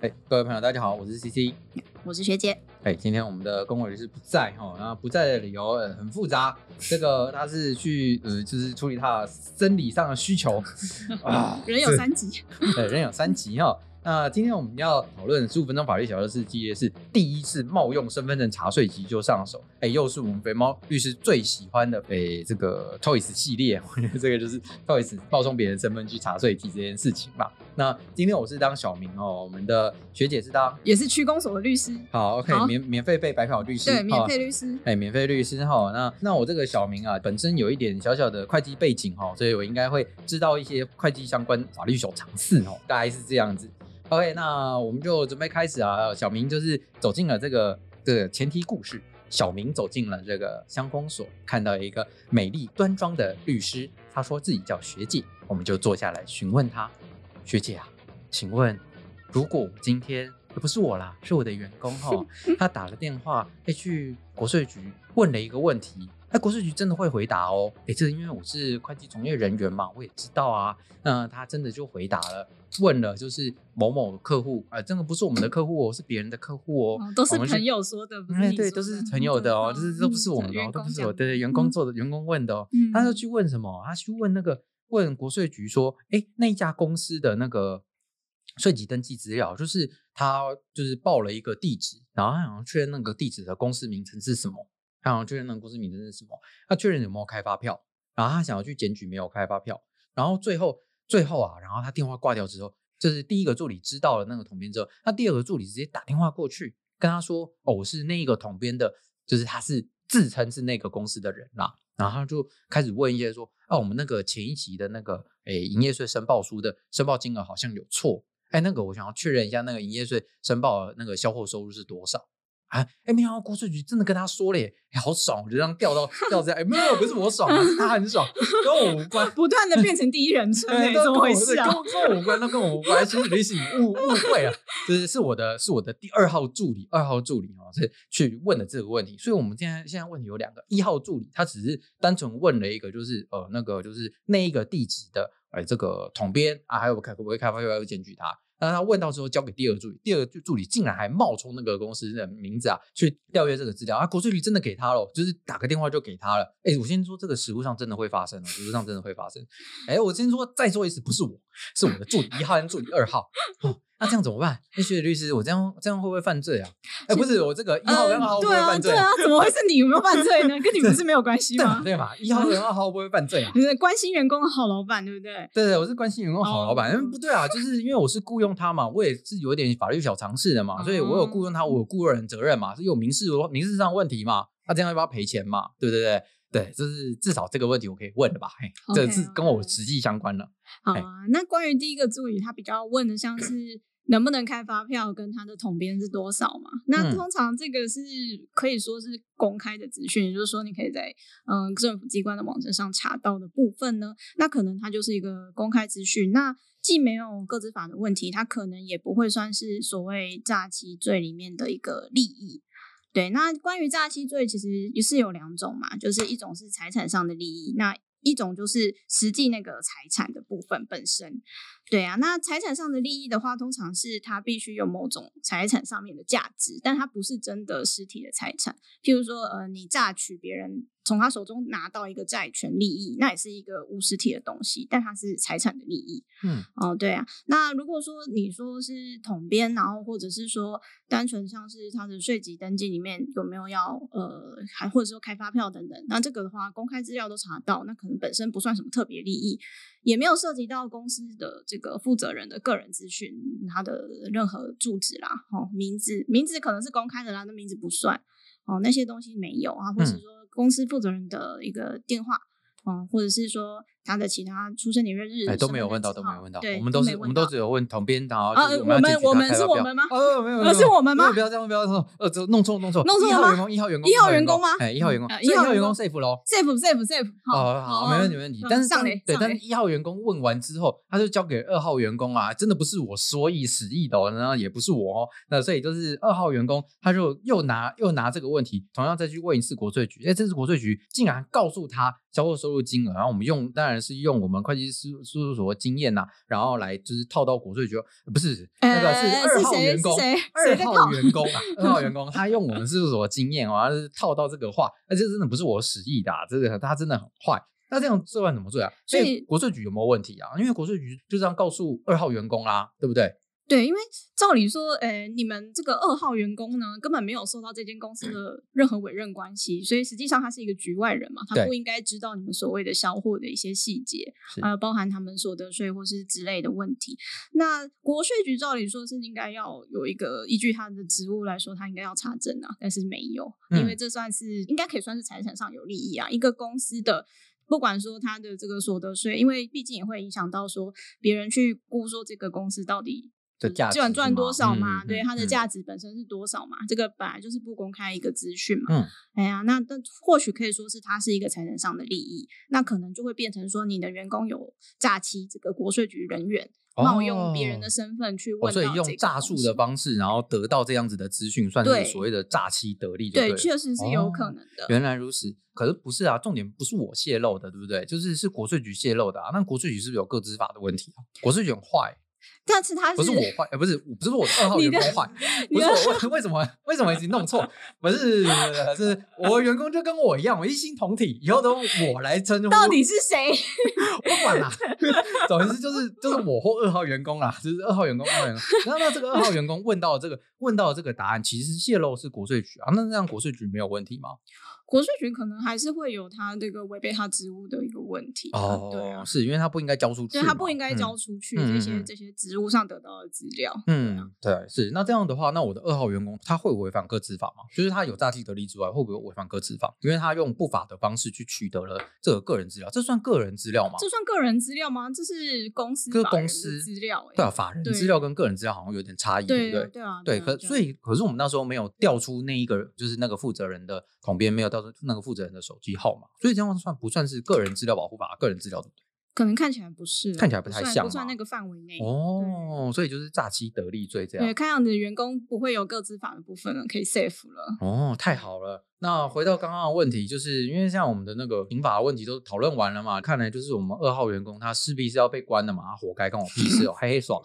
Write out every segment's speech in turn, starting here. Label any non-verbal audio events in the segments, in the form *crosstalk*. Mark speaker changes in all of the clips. Speaker 1: 哎，各位朋友，大家好，我是 CC。
Speaker 2: 我是学姐，
Speaker 1: 哎，今天我们的公委是不在哈，然后不在的理由、呃、很复杂，这个他是去呃，就是处理他的生理上的需求啊，
Speaker 2: 人有
Speaker 1: 是
Speaker 2: 三级，
Speaker 1: 对，人有三级哈。那今天我们要讨论十五分钟法律小教室系列是第一次冒用身份证查税急救上手，哎，又是我们肥猫律师最喜欢的哎这个 Toys 系列， *laughs* 我觉得这个就是 Toys 冒充别人身份去查税机这件事情嘛。那今天我是当小明哦，我们的学姐是当
Speaker 2: *laughs* 也是区公所的律师，
Speaker 1: 好 OK
Speaker 2: 好
Speaker 1: 免免费被白嫖律师
Speaker 2: 对，免
Speaker 1: 好
Speaker 2: 费律师，
Speaker 1: 哎，免费律师哈，那那我这个小明啊，本身有一点小小的会计背景哈，所以我应该会知道一些会计相关法律小常识哦，大概是这样子。OK，那我们就准备开始啊，小明就是走进了这个这个前提故事，小明走进了这个乡公所，看到一个美丽端庄的律师，他说自己叫学姐，我们就坐下来询问他，学姐啊，请问如果我今天呃不是我啦，是我的员工
Speaker 2: *laughs*
Speaker 1: 哈，他打了电话，哎，去国税局问了一个问题，那国税局真的会回答哦。哎，这因为我是会计从业人员嘛，我也知道啊。那他真的就回答了，问了就是某某客户，啊、真的不是我们的客户哦，是别人的客户哦，
Speaker 2: 哦都是
Speaker 1: 我们
Speaker 2: 朋友说的，不是
Speaker 1: 哎，
Speaker 2: 你
Speaker 1: 对，
Speaker 2: 说
Speaker 1: 都是
Speaker 2: 的
Speaker 1: 朋友的哦，
Speaker 2: *laughs* 嗯
Speaker 1: 就是都不是我们的
Speaker 2: 员
Speaker 1: 哦，都
Speaker 2: 工
Speaker 1: 不是
Speaker 2: 这样
Speaker 1: 我对对员工
Speaker 2: 嗯
Speaker 1: 做的员工问的哦，
Speaker 2: 嗯
Speaker 1: 他就去问什么？他去问那个问国税局说，哎，那一家公司的那个税籍登记资料，就是他就是报了一个地址，然后他想要确认那个地址的公司名称是什么，他想要确认那个公司名称是什么，他确认有没有开发票，然后他想要去检举没有开发票，然后最后最后啊，然后他电话挂掉之后，就是第一个助理知道了那个统编之后，他第二个助理直接打电话过去跟他说：“哦，我是那一个统编的，就是他是自称是那个公司的人啦。”然后他就开始问一些说：“啊，我们那个前一期的那个诶营业税申报书的申报金额好像有错，哎，那个我想要确认一下那个营业税申报的那个销货收入是多少。”啊，哎，没想到国税局真的跟他说了耶，哎好爽，我就这样掉到掉在，哎，没有，不是我爽啊，是他很爽，跟我无关，
Speaker 2: *laughs* 不断的变成第一人
Speaker 1: *laughs*
Speaker 2: 称、
Speaker 1: 对，
Speaker 2: 欸，
Speaker 1: 都
Speaker 2: 怎么
Speaker 1: 跟我
Speaker 2: 回事
Speaker 1: 对
Speaker 2: 啊？
Speaker 1: 跟我跟我无关，都跟我无关。其实李醒误误会了，就是是我的是我的第二号助理，二号助理哦，是去问了这个问题。所以我们现在现在问题有两个，一号助理他只是单纯问了一个，就是呃那个就是那一个地址的呃这个统编啊，还有可不可以开发票要检举他。那他问到之后，交给第二个助理，第二个助理竟然还冒充那个公司的名字啊，去调阅这个资料啊。国税局真的给他了，就是打个电话就给他了。哎，我先说这个实物上真的会发生哦，实物上真的会发生。哎，我先说，再说一次，不是我，是我的助理一号跟助理二
Speaker 2: *laughs*
Speaker 1: 号。哦，那这样怎么办？哎，学姐律师，我这样这样会不会犯罪啊？哎，不是，我这个一号跟二号会不
Speaker 2: 对
Speaker 1: 会
Speaker 2: 啊，
Speaker 1: 犯罪
Speaker 2: 对啊？，怎么会是你有没有犯罪
Speaker 1: *laughs*
Speaker 2: 呢？跟你们是没有关系
Speaker 1: 对嘛
Speaker 2: 吗？
Speaker 1: 对嘛，一号跟二号会不会犯罪啊？
Speaker 2: 你是关心员工的好老板，对不对？
Speaker 1: 对对，我是关心员工好老板，
Speaker 2: 哦
Speaker 1: 嗯，不对啊，就是因为我是雇佣他嘛，我也是有点法律小常识的嘛，所以我有雇佣他，
Speaker 2: 哦
Speaker 1: 我有雇佣人责任嘛，是有民事民事上问题嘛，他这样要不要赔钱嘛？对不对？对，就是至少这个问题我可以问了吧？嘿，这
Speaker 2: OK，嗯
Speaker 1: 是跟我
Speaker 2: OK
Speaker 1: 实际相关的。
Speaker 2: 好啊，那关于第一个助理，他比较问的像是能不能开发票，跟他的统编是多少嘛？那
Speaker 1: 嗯
Speaker 2: 通常这个是可以说是公开的资讯，也就是说你可以在嗯、政府机关的网站上查到的部分呢，那可能它就是一个公开资讯。那既没有个资法的问题，它可能也不会算是所谓诈欺罪里面的一个利益。对，那关于诈欺罪，其实也是有两种嘛，就是一种是财产上的利益，那一种就是实际那个财产的部分本身。对啊，那财产上的利益的话，通常是它必须有某种财产上面的价值，但它不是真的实体的财产。譬如说，呃，你榨取别人从他手中拿到一个债权利益，那也是一个无实体的东西，但它是财产的利益。
Speaker 1: 嗯，
Speaker 2: 哦，对啊。那如果说你说是统编，然后或者是说单纯像是它的税籍登记里面有没有要呃，还或者说开发票等等，那这个的话公开资料都查到，那可能本身不算什么特别利益，也没有涉及到公司的这个负责人的个人资讯，他的任何住址啦，哦，名字名字可能是公开的啦，那名字不算哦，那些东西没有啊，或是
Speaker 1: 嗯
Speaker 2: 说公司负责人的一个电话。嗯，或者是说他的其他出生年月日
Speaker 1: 哎，都
Speaker 2: 身
Speaker 1: 没
Speaker 2: 份
Speaker 1: 有问
Speaker 2: 证
Speaker 1: 到，
Speaker 2: 字
Speaker 1: 都没有
Speaker 2: 号
Speaker 1: 问到
Speaker 2: 对，，
Speaker 1: 我们都
Speaker 2: 没
Speaker 1: 是我
Speaker 2: 问
Speaker 1: 们都
Speaker 2: 到
Speaker 1: 只有问旁边，然后
Speaker 2: 啊
Speaker 1: 就是
Speaker 2: 我
Speaker 1: 要
Speaker 2: 们
Speaker 1: 检举
Speaker 2: 我
Speaker 1: 他
Speaker 2: 们
Speaker 1: 开
Speaker 2: 是
Speaker 1: 发
Speaker 2: 我
Speaker 1: 票
Speaker 2: 们吗
Speaker 1: 哦，没有，没
Speaker 2: 呃
Speaker 1: 有
Speaker 2: 是我们吗
Speaker 1: 没有不要这样，不要这样，呃，这弄错，弄错，
Speaker 2: 弄错
Speaker 1: 一
Speaker 2: 了
Speaker 1: 号
Speaker 2: 吗
Speaker 1: 员工，一号员工，
Speaker 2: 一号员工
Speaker 1: 工
Speaker 2: 吗
Speaker 1: 哎，一号员工，
Speaker 2: 呃
Speaker 1: 所以
Speaker 2: 一
Speaker 1: 一
Speaker 2: 号
Speaker 1: 号
Speaker 2: 员
Speaker 1: 员
Speaker 2: 工
Speaker 1: 工 safe 喽。
Speaker 2: safe safe safe，
Speaker 1: 哦，好，没问题，没问题
Speaker 2: 嗯。
Speaker 1: 但是
Speaker 2: 上
Speaker 1: 当
Speaker 2: 嘞
Speaker 1: 对，
Speaker 2: 上
Speaker 1: 但
Speaker 2: 嘞
Speaker 1: 是一号员工问完之后，他就交给二号员工啊，真的不是我说意使意的、哦，然后也不是我哦，那所以就是二号员工，他就又拿又拿这个问题，同样再去问一次国税局，哎，这次国税局竟然告诉他销售收入金额，然后我们用当然是用我们会计师事务所的经验呐、然后来就是套到国税局，呃不是那个
Speaker 2: 呃
Speaker 1: 二
Speaker 2: 是
Speaker 1: 号
Speaker 2: 谁
Speaker 1: 员工
Speaker 2: 是谁，谁
Speaker 1: 二
Speaker 2: 在
Speaker 1: 号
Speaker 2: 套
Speaker 1: 员工
Speaker 2: *laughs*
Speaker 1: 啊，二号员工，他用我们事务所的经验啊，是套到这个话，那这真的不是我使意的、啊，这个他真的很坏。那这样这案怎么做啊？
Speaker 2: 所
Speaker 1: 所
Speaker 2: 以
Speaker 1: 以国税局有没有问题啊？因为国税局就这样告诉二号员工啦，对不对？
Speaker 2: 对，因为照理说，呃，你们这个二号员工呢，根本没有受到这间公司的任何委任关系，所以实际上他是一个局外人嘛，他
Speaker 1: 对
Speaker 2: 不应该知道你们所谓的销货的一些细节，
Speaker 1: 是
Speaker 2: 呃，包含他们所得税或是之类的问题。那国税局照理说是应该要有一个依据他的职务来说，他应该要查证啊，但是没有，因为
Speaker 1: 嗯
Speaker 2: 这算是应该可以算是财产上有利益啊，一个公司的。不管说他的这个所得税，因为毕竟也会影响到说别人去估说这个公司到底
Speaker 1: 的价值
Speaker 2: 基本嗯赚多少嘛？
Speaker 1: 嗯嗯
Speaker 2: 对，
Speaker 1: 嗯
Speaker 2: 它的
Speaker 1: 嗯
Speaker 2: 价值本身是多少嘛？这个本来就是不公开一个资讯嘛。
Speaker 1: 嗯，
Speaker 2: 哎呀，那但或许可以说是它是一个财产上的利益，那可能就会变成说你的员工有诈欺这个国税局人员，冒用别人的身份去
Speaker 1: 哦，
Speaker 2: 问到
Speaker 1: 所
Speaker 2: 这
Speaker 1: 以
Speaker 2: 个
Speaker 1: 用诈术的
Speaker 2: 东西。
Speaker 1: 方式，然后得到这样子的资讯，算
Speaker 2: 对
Speaker 1: 是所谓的诈欺得利就
Speaker 2: 对，
Speaker 1: 了
Speaker 2: 确实是有
Speaker 1: 哦
Speaker 2: 可能的。
Speaker 1: 原来如此，可是不是啊？重点不是我泄露的，对不对？就是是国税局泄露的啊。那国税局是不是有个资法的问题啊？国税局很坏，
Speaker 2: 但是他
Speaker 1: 不是我 *laughs* 坏，呃，不是，不是我的二号
Speaker 2: 你
Speaker 1: 员
Speaker 2: 的
Speaker 1: 工坏，
Speaker 2: *laughs* 你
Speaker 1: 不
Speaker 2: 的
Speaker 1: 是我为为什么为什么一直弄错？不是，是我员工就跟我一样，我一心同体，以后都我来称呼，
Speaker 2: 到底是谁？
Speaker 1: 不管啦。 *laughs* 总之就是就是我或二号员工啦，就是二号员工二号员工。然后那这个二号员工问到这个问到这个答案，其实泄露是国税局啊，那这样国税局没有问题吗？
Speaker 2: 国税局可能还是会有他这个违背他职务的一个问题啊。对啊
Speaker 1: 哦，，是因为他不应该交出去
Speaker 2: 对
Speaker 1: 嘛，
Speaker 2: 他不应该
Speaker 1: 嗯
Speaker 2: 交出去这些、
Speaker 1: 嗯嗯嗯
Speaker 2: 这些职务上得到的资料。
Speaker 1: 嗯，对，是。那这样的话，那我的二号员工他会违反个资法吗？就是他有诈欺得利之外，会不会违反个资法？因为他用不法的方式去取得了这个个人资料，这算个人资料吗？
Speaker 2: 这算个人资料吗？这是公司
Speaker 1: 这是
Speaker 2: 法人的
Speaker 1: 公司
Speaker 2: 资料、欸，
Speaker 1: 对啊，法人
Speaker 2: 对
Speaker 1: 资料跟个人资料好像有点差异，
Speaker 2: 对
Speaker 1: 不对？
Speaker 2: 对啊，
Speaker 1: 对，
Speaker 2: 啊
Speaker 1: 可
Speaker 2: 啊
Speaker 1: 所以可是我们那时候没有调出那一个就是那个负责人的统编，没有调出那个负责人的手机号码，所以这样算不算是个人资料保护法？个人资料对不对
Speaker 2: 可能看起来不是啊，
Speaker 1: 看起来不太
Speaker 2: 算
Speaker 1: 像
Speaker 2: 不算
Speaker 1: 嘛
Speaker 2: 那个范围内。
Speaker 1: 哦，所以就是诈欺得利罪这样
Speaker 2: 对，。看样子员工不会有各自法的部分了，可以 safe 了。 *laughs*
Speaker 1: 哦，太好了。那回到刚刚的问题，就是因为像我们的那个刑法的问题都讨论完了嘛，看来就是我们二号员工他势必是要被关的嘛，他活该，关我屁事哦，嘿嘿爽，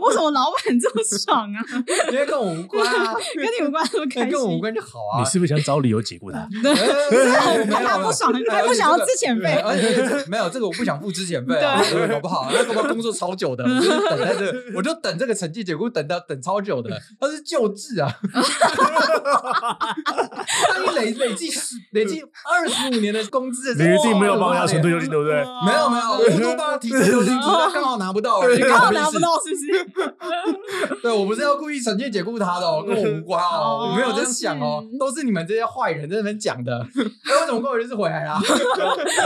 Speaker 2: 为什么老板这么爽
Speaker 1: *laughs*
Speaker 2: 啊？
Speaker 1: 因为跟我无关啊，
Speaker 2: 跟你无关，这么 *laughs*
Speaker 1: *laughs*
Speaker 2: 开
Speaker 1: 哎
Speaker 2: 心，
Speaker 1: 跟我无关就好啊。
Speaker 3: 你是不是 *laughs* 想找理由解雇他？
Speaker 2: 对，
Speaker 1: *laughs* 哎没有
Speaker 2: 哦他不爽，他不想要之前
Speaker 1: 对
Speaker 3: *laughs*
Speaker 2: 费。
Speaker 1: 而且这没有这个我不想付之前费啊，
Speaker 2: 对
Speaker 1: 搞不好那干嘛工作超久的，我就是等在这，我就等这个成绩结果等到等超久的，他是救治啊，他一累累计十累计二十五年的工资，
Speaker 3: 你一定没有帮他存退
Speaker 1: 对
Speaker 3: 休金，对不对？
Speaker 1: 没有没有，我都帮他提升流薪，只是他刚好拿不到而已，
Speaker 2: 刚好
Speaker 1: 干我
Speaker 2: 拿
Speaker 1: 屁
Speaker 2: 不
Speaker 1: 事。
Speaker 2: 到，是不是？ *laughs*
Speaker 1: 对我不是要故意惩戒解雇他的哦，跟我无关哦，
Speaker 2: 哦
Speaker 1: 我没有这样想哦，
Speaker 2: 是
Speaker 1: 都是你们这些坏人在那边讲的。哎，我怎么过就是回来啦？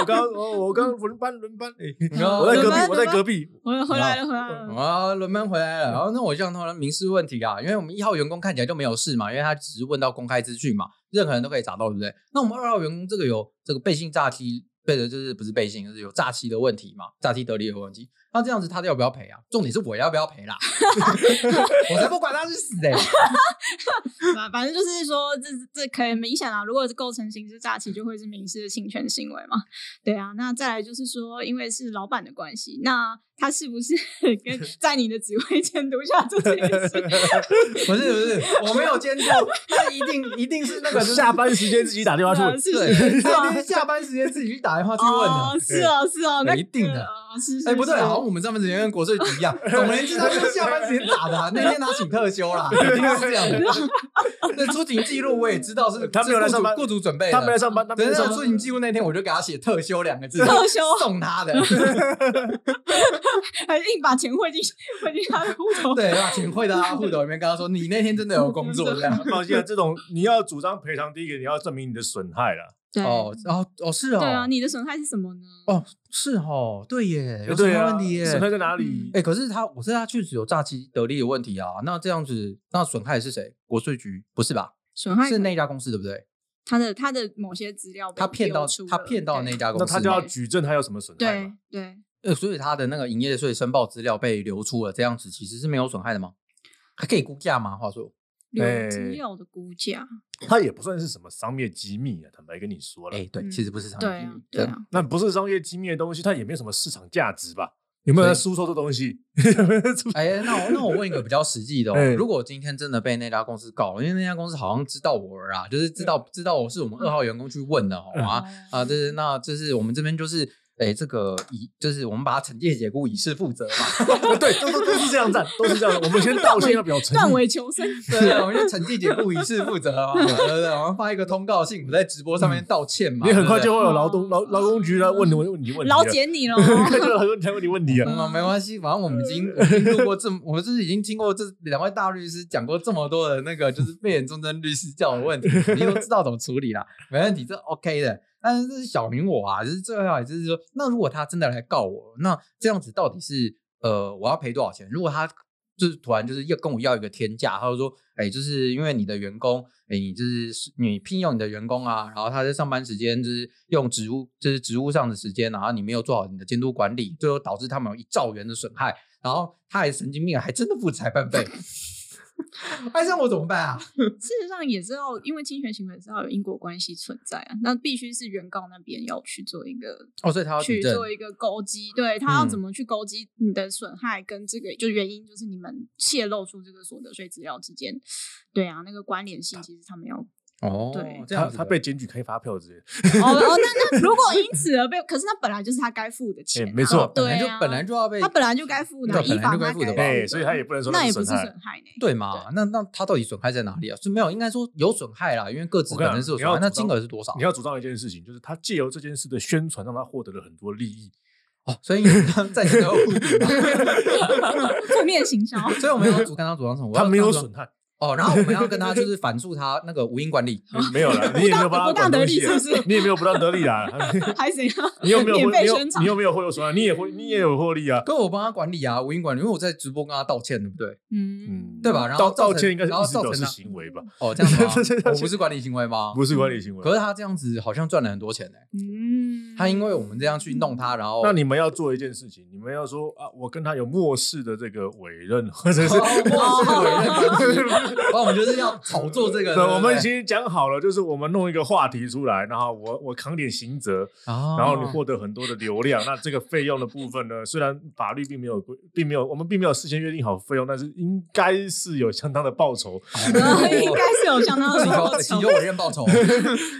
Speaker 3: 我刚我我刚轮班轮班，哎，
Speaker 1: 哦
Speaker 3: 我在隔
Speaker 2: 轮班
Speaker 3: 壁，我在隔壁，
Speaker 2: 我回来了，回
Speaker 1: *laughs*
Speaker 2: 来了。
Speaker 1: 啊，轮班回来了。然后那我想讨论民事问题啊，因为我们一号员工看起来就没有事嘛，因为他只是问到公开资讯嘛，任何人都可以查到，对不对？那我们二号员工这个有这个背信诈欺，背的就是不是背信，就是有诈欺的问题嘛，诈欺得利的问题。那这样子他要不要赔啊？重点是我要不要赔啦？我才不管他是死欸的、
Speaker 2: *laughs* 反反正就是说，这这可以明显啊，如果是构成刑事诈欺，就会是民事的侵权行为嘛。对啊，那再来就是说，因为是老板的关系，那他
Speaker 1: *laughs*
Speaker 2: 是不是跟在你的指挥监督下做这件事？
Speaker 1: *laughs* 不是不是，我没有监督，那一定一定是那个就是
Speaker 3: 下班时间自己打电话去问
Speaker 2: 呃。是
Speaker 1: 对，
Speaker 2: 是是
Speaker 1: 他一
Speaker 2: 啊
Speaker 1: 定是下班时间自己去打电话去问的。
Speaker 2: 哦，是哦是哦，那
Speaker 1: 一定的
Speaker 2: 哦是
Speaker 1: *laughs*
Speaker 2: 是
Speaker 1: 哎、不对，
Speaker 2: 是
Speaker 1: 好像我们上班时间跟国税局一
Speaker 2: *laughs*
Speaker 1: 样，总而言之，他就是下班时间打的啊、那天他请特休啦，一定是这样
Speaker 2: *laughs*
Speaker 1: 的。那出勤记录我也知道是
Speaker 3: *laughs* 他没有来上班
Speaker 1: 是雇主雇主准备的。
Speaker 3: 他没来上班，他没
Speaker 1: 等
Speaker 3: 来
Speaker 1: 一
Speaker 3: 上
Speaker 1: 下
Speaker 3: 班
Speaker 1: 出。勤记录那天，我就给他写特休两个
Speaker 2: *laughs*
Speaker 1: 字，
Speaker 2: 特休
Speaker 1: 送他的，
Speaker 2: 还硬把钱汇进汇进他的户头。
Speaker 1: 对，把钱汇到他户头里面，跟他说
Speaker 2: *laughs*
Speaker 1: 你那天真的有工作这样。
Speaker 3: 放心啊，这种你要主张赔偿，第一个你要证明你的损害了，
Speaker 2: 对，
Speaker 1: 哦哦哦，是哦，
Speaker 2: 对啊，你的损害是什么呢？
Speaker 1: 哦是哦，对耶，有什
Speaker 3: 对
Speaker 1: 么
Speaker 3: 啊
Speaker 1: 问题耶？
Speaker 3: 损害在哪里
Speaker 2: 嗯？
Speaker 1: 哎、可是他，我是他确实有诈欺得利的问题啊。那这样子，那损害是谁？国税局不是吧？
Speaker 2: 损害
Speaker 1: 是
Speaker 2: 可
Speaker 1: 那家公司对不对？
Speaker 2: 他的他的某些资料被
Speaker 1: 他骗到
Speaker 2: 丢出了
Speaker 1: 他骗到那家公
Speaker 3: 那
Speaker 1: 司，
Speaker 3: 他就要举证他有什么损害
Speaker 2: 对
Speaker 3: 嘛？
Speaker 2: 对对，
Speaker 1: 呃，所以他的那个营业税申报资料被流出了，这样子其实是没有损害的吗？还可以估价吗？话说，
Speaker 2: 有
Speaker 3: 哎
Speaker 2: 资料的估价，
Speaker 3: 他也不算是什么商业机密啊，坦白跟你说了
Speaker 1: 哎、，对，
Speaker 2: 嗯
Speaker 1: 其实不是商业
Speaker 2: 对
Speaker 1: 机密
Speaker 2: 啊对啊，
Speaker 3: 那不是商业机密的东西，它也没有什么市场价值吧？有没有在
Speaker 1: 对
Speaker 3: 出售这东西？ *laughs* 出
Speaker 1: 哎、那我那我问一个比较实际的哦，
Speaker 3: *laughs* 哎
Speaker 1: 如果我今天真的被那家公司告了，因为那家公司好像知道我了啊，就是知道知道我是我们二号员工去问的哦
Speaker 3: 嗯
Speaker 1: 啊啊，就是那就是我们这边就是哎、这个以就是我们把它惩戒解雇以示负责
Speaker 2: *laughs*
Speaker 1: 嘛，
Speaker 3: 对，都都都是这样站，都是这样站。我们先道歉，要表诚
Speaker 2: 断
Speaker 3: 意。
Speaker 2: 尾
Speaker 1: *laughs*
Speaker 2: 求生，
Speaker 1: 对，啊我们就惩戒解雇以示负责嘛，对不对？我们发一个通告信，我们在直播上面道歉嘛，
Speaker 3: 嗯你很快
Speaker 1: 对不对
Speaker 3: 就会有劳动劳劳工局来问你问你问题了，
Speaker 2: 老
Speaker 3: *laughs*
Speaker 2: 解嗯你嗯
Speaker 1: *laughs*
Speaker 2: 了。
Speaker 3: 很快就劳工局来问你问题啊。
Speaker 1: 嗯，没关系，反正我们已经我们已经录过这么，我们就是已经听过这两位大律师讲过这么多的那个就是被眼忠贞律师教的问题，你都知道怎么处理啦，没问题，这 OK 的。但是这是小明我啊，就是最后也就是说，那如果他真的来告我，那这样子到底是呃我要赔多少钱？如果他就是突然就是要跟我要一个天价，他就说，哎、就是因为你的员工，哎、你就是你聘用你的员工啊，然后他在上班时间就是用职务，就是职务上的时间，然后你没有做好你的监督管理，最后导致他们有一兆元的损害，然后他还神经病，还真的付裁 *laughs* 判费，哎，这样我怎么办啊？
Speaker 2: 事实上也是要，因为侵权行为是要有因果关系存在啊，那必须是原告那边要去做一个
Speaker 1: 哦，所以他要举
Speaker 2: 去
Speaker 1: 证，
Speaker 2: 做一个勾稽，对他要
Speaker 1: 嗯
Speaker 2: 怎么去勾稽你的损害跟这个就原因，就是你们泄露出这个所得税资料之间，对啊，那个关联性其实他
Speaker 1: *laughs*
Speaker 2: 们要
Speaker 1: 哦，
Speaker 2: 对
Speaker 1: 这
Speaker 3: 他
Speaker 1: 样子
Speaker 3: 他
Speaker 1: 的
Speaker 3: 被检举开发票之类的，
Speaker 2: 哦哦，那那如果因此而被，可是那本来就是他该付的钱啊、
Speaker 3: 哎没错
Speaker 1: 本来
Speaker 2: 对
Speaker 1: 就
Speaker 2: 啊，
Speaker 1: 本来就要被
Speaker 2: 他本来就该付的啊，
Speaker 1: 对本
Speaker 2: 依
Speaker 1: 来
Speaker 2: 法
Speaker 1: 就该
Speaker 2: 他
Speaker 1: 付的吧
Speaker 2: 该
Speaker 3: 哎，所以他也不能说
Speaker 2: 那也不
Speaker 3: 损
Speaker 2: 是
Speaker 3: 害。
Speaker 2: 损害呢。
Speaker 1: 对嘛？那那他到底损害在哪里啊？是没有，应该说有损害啦，因为各自
Speaker 3: 我跟
Speaker 1: 本
Speaker 3: 你
Speaker 1: 身
Speaker 3: 讲
Speaker 1: 是有
Speaker 3: 你
Speaker 1: 损害，
Speaker 3: 要
Speaker 1: 那
Speaker 3: 主张
Speaker 1: 金额是多少
Speaker 3: 你？要主张一件事情，就是他借由这件事的宣传，让他获得了很多利益。
Speaker 1: 哦，所以你在你的护底嘛
Speaker 3: *laughs*
Speaker 2: 负面行销，
Speaker 1: 所以我们要主跟他主张什么？我要
Speaker 3: 他没有
Speaker 1: 跟主张
Speaker 3: 损害，
Speaker 1: 哦，然后我们要跟他就是反诉他那个无因管理，
Speaker 3: 没
Speaker 1: *laughs*
Speaker 3: 有啦，你也没有帮他
Speaker 2: 不当
Speaker 3: 管
Speaker 2: 得
Speaker 3: 东
Speaker 2: 利
Speaker 3: 西
Speaker 2: 是
Speaker 3: 啊
Speaker 2: 不，是？
Speaker 3: 你也没有不当得利啦。
Speaker 2: 还怎样？
Speaker 3: 你有没有
Speaker 2: 免
Speaker 3: 获
Speaker 2: 费
Speaker 3: 你有
Speaker 2: 宣传
Speaker 3: 你？有没有获利损害？你也获
Speaker 1: 嗯
Speaker 3: 你也有获利啊。
Speaker 1: 跟我帮他管理啊，无因管理，因为我在直播跟他道歉，对不对？
Speaker 2: 嗯，
Speaker 1: 对吧然后
Speaker 3: 道
Speaker 1: 造成
Speaker 3: 道歉应该是
Speaker 1: 然后
Speaker 3: 意思
Speaker 1: 造
Speaker 3: 表
Speaker 1: 成
Speaker 3: 示
Speaker 1: 他
Speaker 3: 行为吧，
Speaker 1: 哦，这样子吗
Speaker 3: *laughs* 这这这
Speaker 1: 我不是管理行为吗？
Speaker 3: 不是管理行为。
Speaker 1: 可是他这样子好像赚了很多钱呢、
Speaker 2: 嗯，
Speaker 1: 他因为我们这样去弄他，然后
Speaker 3: 那你们要做一件事情，你们要说啊，我跟他有漠视的这个委任，或者
Speaker 1: *laughs*
Speaker 3: 是
Speaker 1: 哦，我是
Speaker 3: *laughs*
Speaker 1: 委任关系然后我们就是要炒作这个，
Speaker 3: 对，我们已
Speaker 1: 先，
Speaker 3: 经讲好了，就是我们弄一个话题出来，然后我我扛点刑责，
Speaker 1: 然
Speaker 2: 哦
Speaker 3: 然后你获得很多的流量。那这个费用的部分呢， *laughs* 虽然法律并没有规，并没有我们并没有事先约定好费用，但是应该是有相当的
Speaker 2: *laughs*
Speaker 3: 报酬。
Speaker 2: *laughs* 应该是有相当
Speaker 1: *laughs*
Speaker 2: 的
Speaker 1: 请求
Speaker 2: 报
Speaker 1: 请
Speaker 2: 酬
Speaker 1: 求。委任
Speaker 3: *laughs*
Speaker 1: 报酬，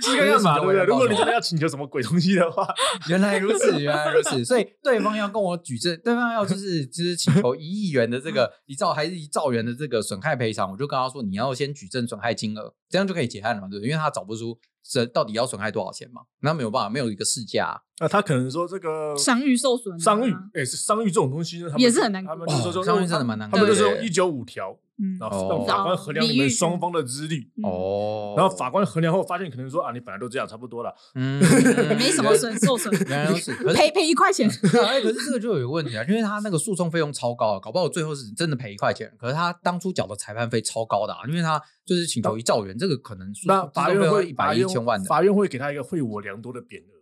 Speaker 3: 这个要嘛对不对？如果你真
Speaker 1: 真
Speaker 3: 的
Speaker 1: 的
Speaker 3: 要请求什么鬼东西
Speaker 2: *laughs*
Speaker 3: 的话， *laughs*
Speaker 1: 原来如此，原来如此，所以对方要跟我举证，对方要就是 *laughs* 就是请求一亿元的这个一兆还是一兆元的这个损害赔偿，我就跟他说你要先举证损害金额，这样就可以结案了嘛，对不对？因为他找不出这到底要损害多少钱嘛，那没有办法，没有一个市价啊、
Speaker 3: 那他可能说这个
Speaker 2: 商誉受损啊
Speaker 3: 商誉，哎，是商誉这种东西呢，他们
Speaker 2: 也是很难
Speaker 3: 他们
Speaker 2: 过
Speaker 3: 就是说
Speaker 1: 哦商誉真的蛮难
Speaker 3: 他们
Speaker 2: 过
Speaker 3: 就
Speaker 2: 的
Speaker 3: 是用一九五条，
Speaker 2: 嗯
Speaker 3: 然后
Speaker 1: 哦
Speaker 3: 让法官衡量你们双方的资历。
Speaker 2: 嗯
Speaker 1: 哦
Speaker 3: 然后法官衡量后发现，可能说啊，你本来都这样，差不多了。
Speaker 1: 嗯
Speaker 2: *laughs* 没什么损受损，
Speaker 1: *laughs* 原来如此，可是
Speaker 2: 赔赔一
Speaker 1: *laughs*
Speaker 2: 块钱。
Speaker 1: 对啊哎，可是这个就有一个问题啊，因为他那个诉讼费用超高啊，搞不好最后是真的赔一块钱，可是他当初缴的裁判费超高的、啊，因为他就是请求一兆元，这个可能诉
Speaker 3: 那法院会
Speaker 1: 一百一千万的，
Speaker 3: 法院会给他一个惠我良多的匾额。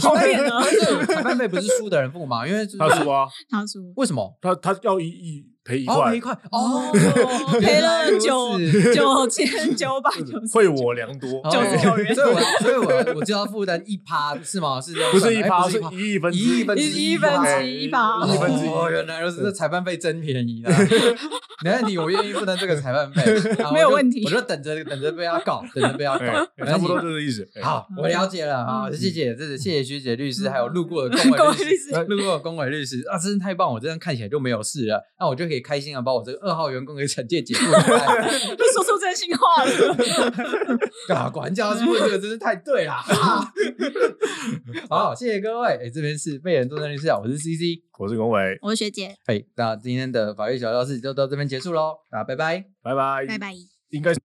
Speaker 2: 好脸啊！
Speaker 1: 裁判费不是输的人付吗？因为就是
Speaker 3: *laughs* 他说啊，
Speaker 2: 他说
Speaker 1: 为什么？
Speaker 3: 他他要一亿赔一
Speaker 1: 哦，
Speaker 3: 块
Speaker 1: 赔一，块哦，
Speaker 2: 赔了九
Speaker 1: 九
Speaker 2: 九千九百九十
Speaker 3: 惠我良多，哦
Speaker 2: 99元
Speaker 1: 所以我所以我我就要负担一趴是吗？是这样
Speaker 3: 不
Speaker 1: 算
Speaker 3: 是
Speaker 1: 的
Speaker 3: 一
Speaker 1: 哎
Speaker 3: 趴，
Speaker 1: 不是
Speaker 3: 是
Speaker 1: 一趴
Speaker 3: 一亿分之
Speaker 1: 一亿分之
Speaker 2: 一
Speaker 1: 一
Speaker 2: 分
Speaker 1: 趴
Speaker 2: 之一吧
Speaker 3: 哎一亿分之一
Speaker 1: 哦，原来如此，这裁判费真便宜
Speaker 3: *laughs*
Speaker 1: 啊！没问题，我愿意负担这个裁判费，然后
Speaker 2: 没有
Speaker 1: 我就
Speaker 2: 问题
Speaker 1: 我就等着等着被他告，等着被他
Speaker 3: 哎
Speaker 1: 告，没
Speaker 3: 差
Speaker 1: 关
Speaker 3: 不
Speaker 1: 系
Speaker 3: 多就这个意思。哎，
Speaker 1: 好，我了解了啊，
Speaker 2: 嗯
Speaker 1: 谢谢，这是谢谢学姐律
Speaker 3: 嗯
Speaker 1: 师，还有路过的
Speaker 2: 各
Speaker 3: *laughs*
Speaker 1: 公
Speaker 2: 位
Speaker 1: 委律
Speaker 2: 律
Speaker 1: 师。
Speaker 2: 师，
Speaker 1: 路过的公委律师啊，真是太棒！我这样看起来就没有事了，那我就可以开心的把我这个二号员工给惩戒解雇出来。
Speaker 2: 就说出真心
Speaker 1: *laughs*
Speaker 2: 话了。
Speaker 1: 啊，管教是问这个真是太对啦！好，谢谢各位。哎、这边是被人作证律师啊，我是 CC。
Speaker 3: 我是龚伟，
Speaker 2: 我是学姐，
Speaker 1: 哎、那今天的法律小教室就到这边结束喽，大家拜拜。
Speaker 3: 拜拜，
Speaker 2: 拜。拜。
Speaker 3: 应该。